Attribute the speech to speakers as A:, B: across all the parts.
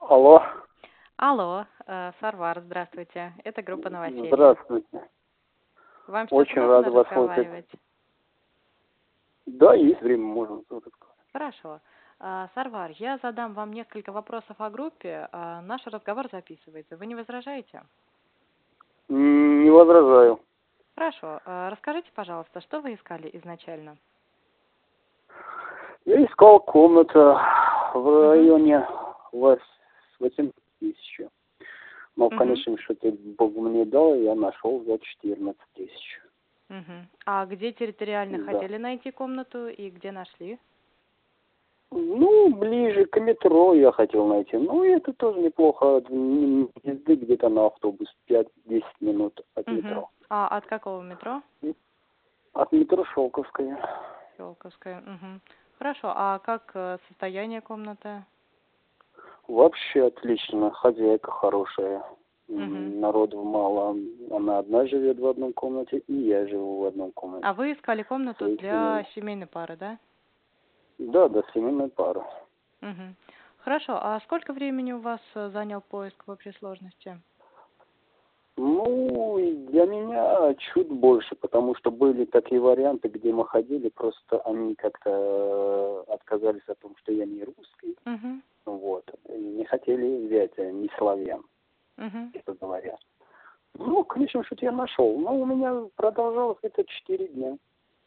A: Алло.
B: Алло, э, Сарвар, здравствуйте. Это группа новостей.
A: Здравствуйте.
B: Вам сейчас
A: Очень
B: удобно
A: рада вас слышать.
B: разговаривать?
A: Да, есть время, можем.
B: Хорошо. А, Сарвар, я задам вам несколько вопросов о группе. А, Наш разговор записывается. Вы не возражаете?
A: М, Не возражаю.
B: Хорошо. А, Расскажите, пожалуйста, что вы искали изначально?
A: Я искал комнату в районе вос- 8 тысяч. Но в
B: Мгм.
A: конечном счете Бог мне дал, и я нашел за 14 тысяч.
B: Мгм. А где территориально
A: Да.
B: хотели найти комнату и где нашли?
A: Ну, ближе к метро я хотел найти. Ну, и это тоже неплохо. От м, езды где-то на автобус 5-10 минут от
B: Мгм.
A: метро.
B: А от какого метро?
A: От метро Шелковская.
B: Щелковская. Мгм. Хорошо. А как э, состояние комнаты?
A: Вообще отлично, хозяйка хорошая.
B: Мгм.
A: М, Народу мало. Она одна живет в одном комнате, и я живу в одном комнате.
B: А вы искали комнату
A: Очень
B: для
A: мило.
B: семейной пары, да?
A: Да, да, семейная пара.
B: Мгм. Хорошо. А сколько времени у вас э, занял поиск в общей сложности?
A: Ну, и для меня чуть больше, потому что были такие варианты, где мы ходили, просто они как-то э, отказались о том, что я не русский,
B: Мгм.
A: вот, и не хотели взять, э, не славян,
B: Мгм.
A: это говоря. Ну, в конечном счете я нашел. Но у меня продолжалось это четыре дня.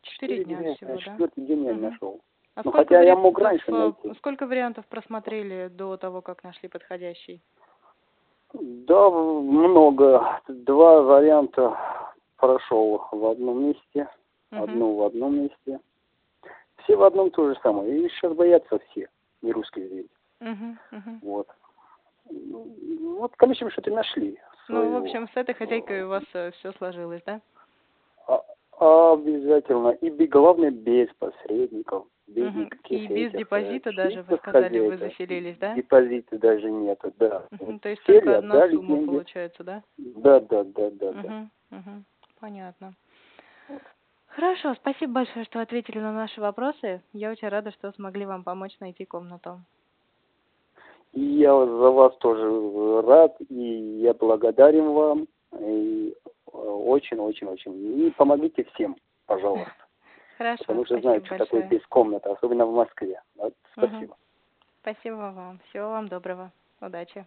B: Четыре
A: Четыре
B: дня всего, да?
A: Четвертый день я не
B: Мгм.
A: нашел.
B: А
A: Ну,
B: сколько
A: хотя я
B: вариантов,
A: мог раньше
B: э,
A: найти.
B: Сколько вариантов просмотрели до того, как нашли подходящий?
A: Да, в- много. Два варианта прошел в одном месте,
B: Мгм.
A: одну в одном месте. Все в одном то же самое. И сейчас боятся все, не русские люди.
B: Мгм. Мгм.
A: Вот. Ну, Вот, конечно, что-то нашли.
B: Ну, в
A: своего.
B: общем, с этой хозяйкой у вас все сложилось, да?
A: А- обязательно. И бе- главное, без посредников. Без
B: Мгм.
A: никаких
B: И без
A: этих, э,
B: депозита даже, вы
A: чисто
B: сказали, вы
A: хозяйка.
B: заселились, да?
A: Депозита даже нету, да.
B: Мгм. То есть
A: Сели,
B: только одна
A: отдали
B: сумма
A: деньги.
B: получается, да?
A: Да, да, да, да, да.
B: Мгм, мгм. Понятно. Хорошо, спасибо большое, что ответили на наши вопросы. Я очень рада, что смогли вам помочь найти комнату.
A: И я за вас тоже э, рад, и я благодарен вам. И э, очень-очень-очень. И помогите всем, пожалуйста.
B: Хорошо,
A: Потому что
B: спасибо
A: знаете, что такое
B: большое.
A: без комнаты, особенно в Москве. Вот,
B: Мгм.
A: Спасибо.
B: Спасибо вам. Всего вам доброго. Удачи.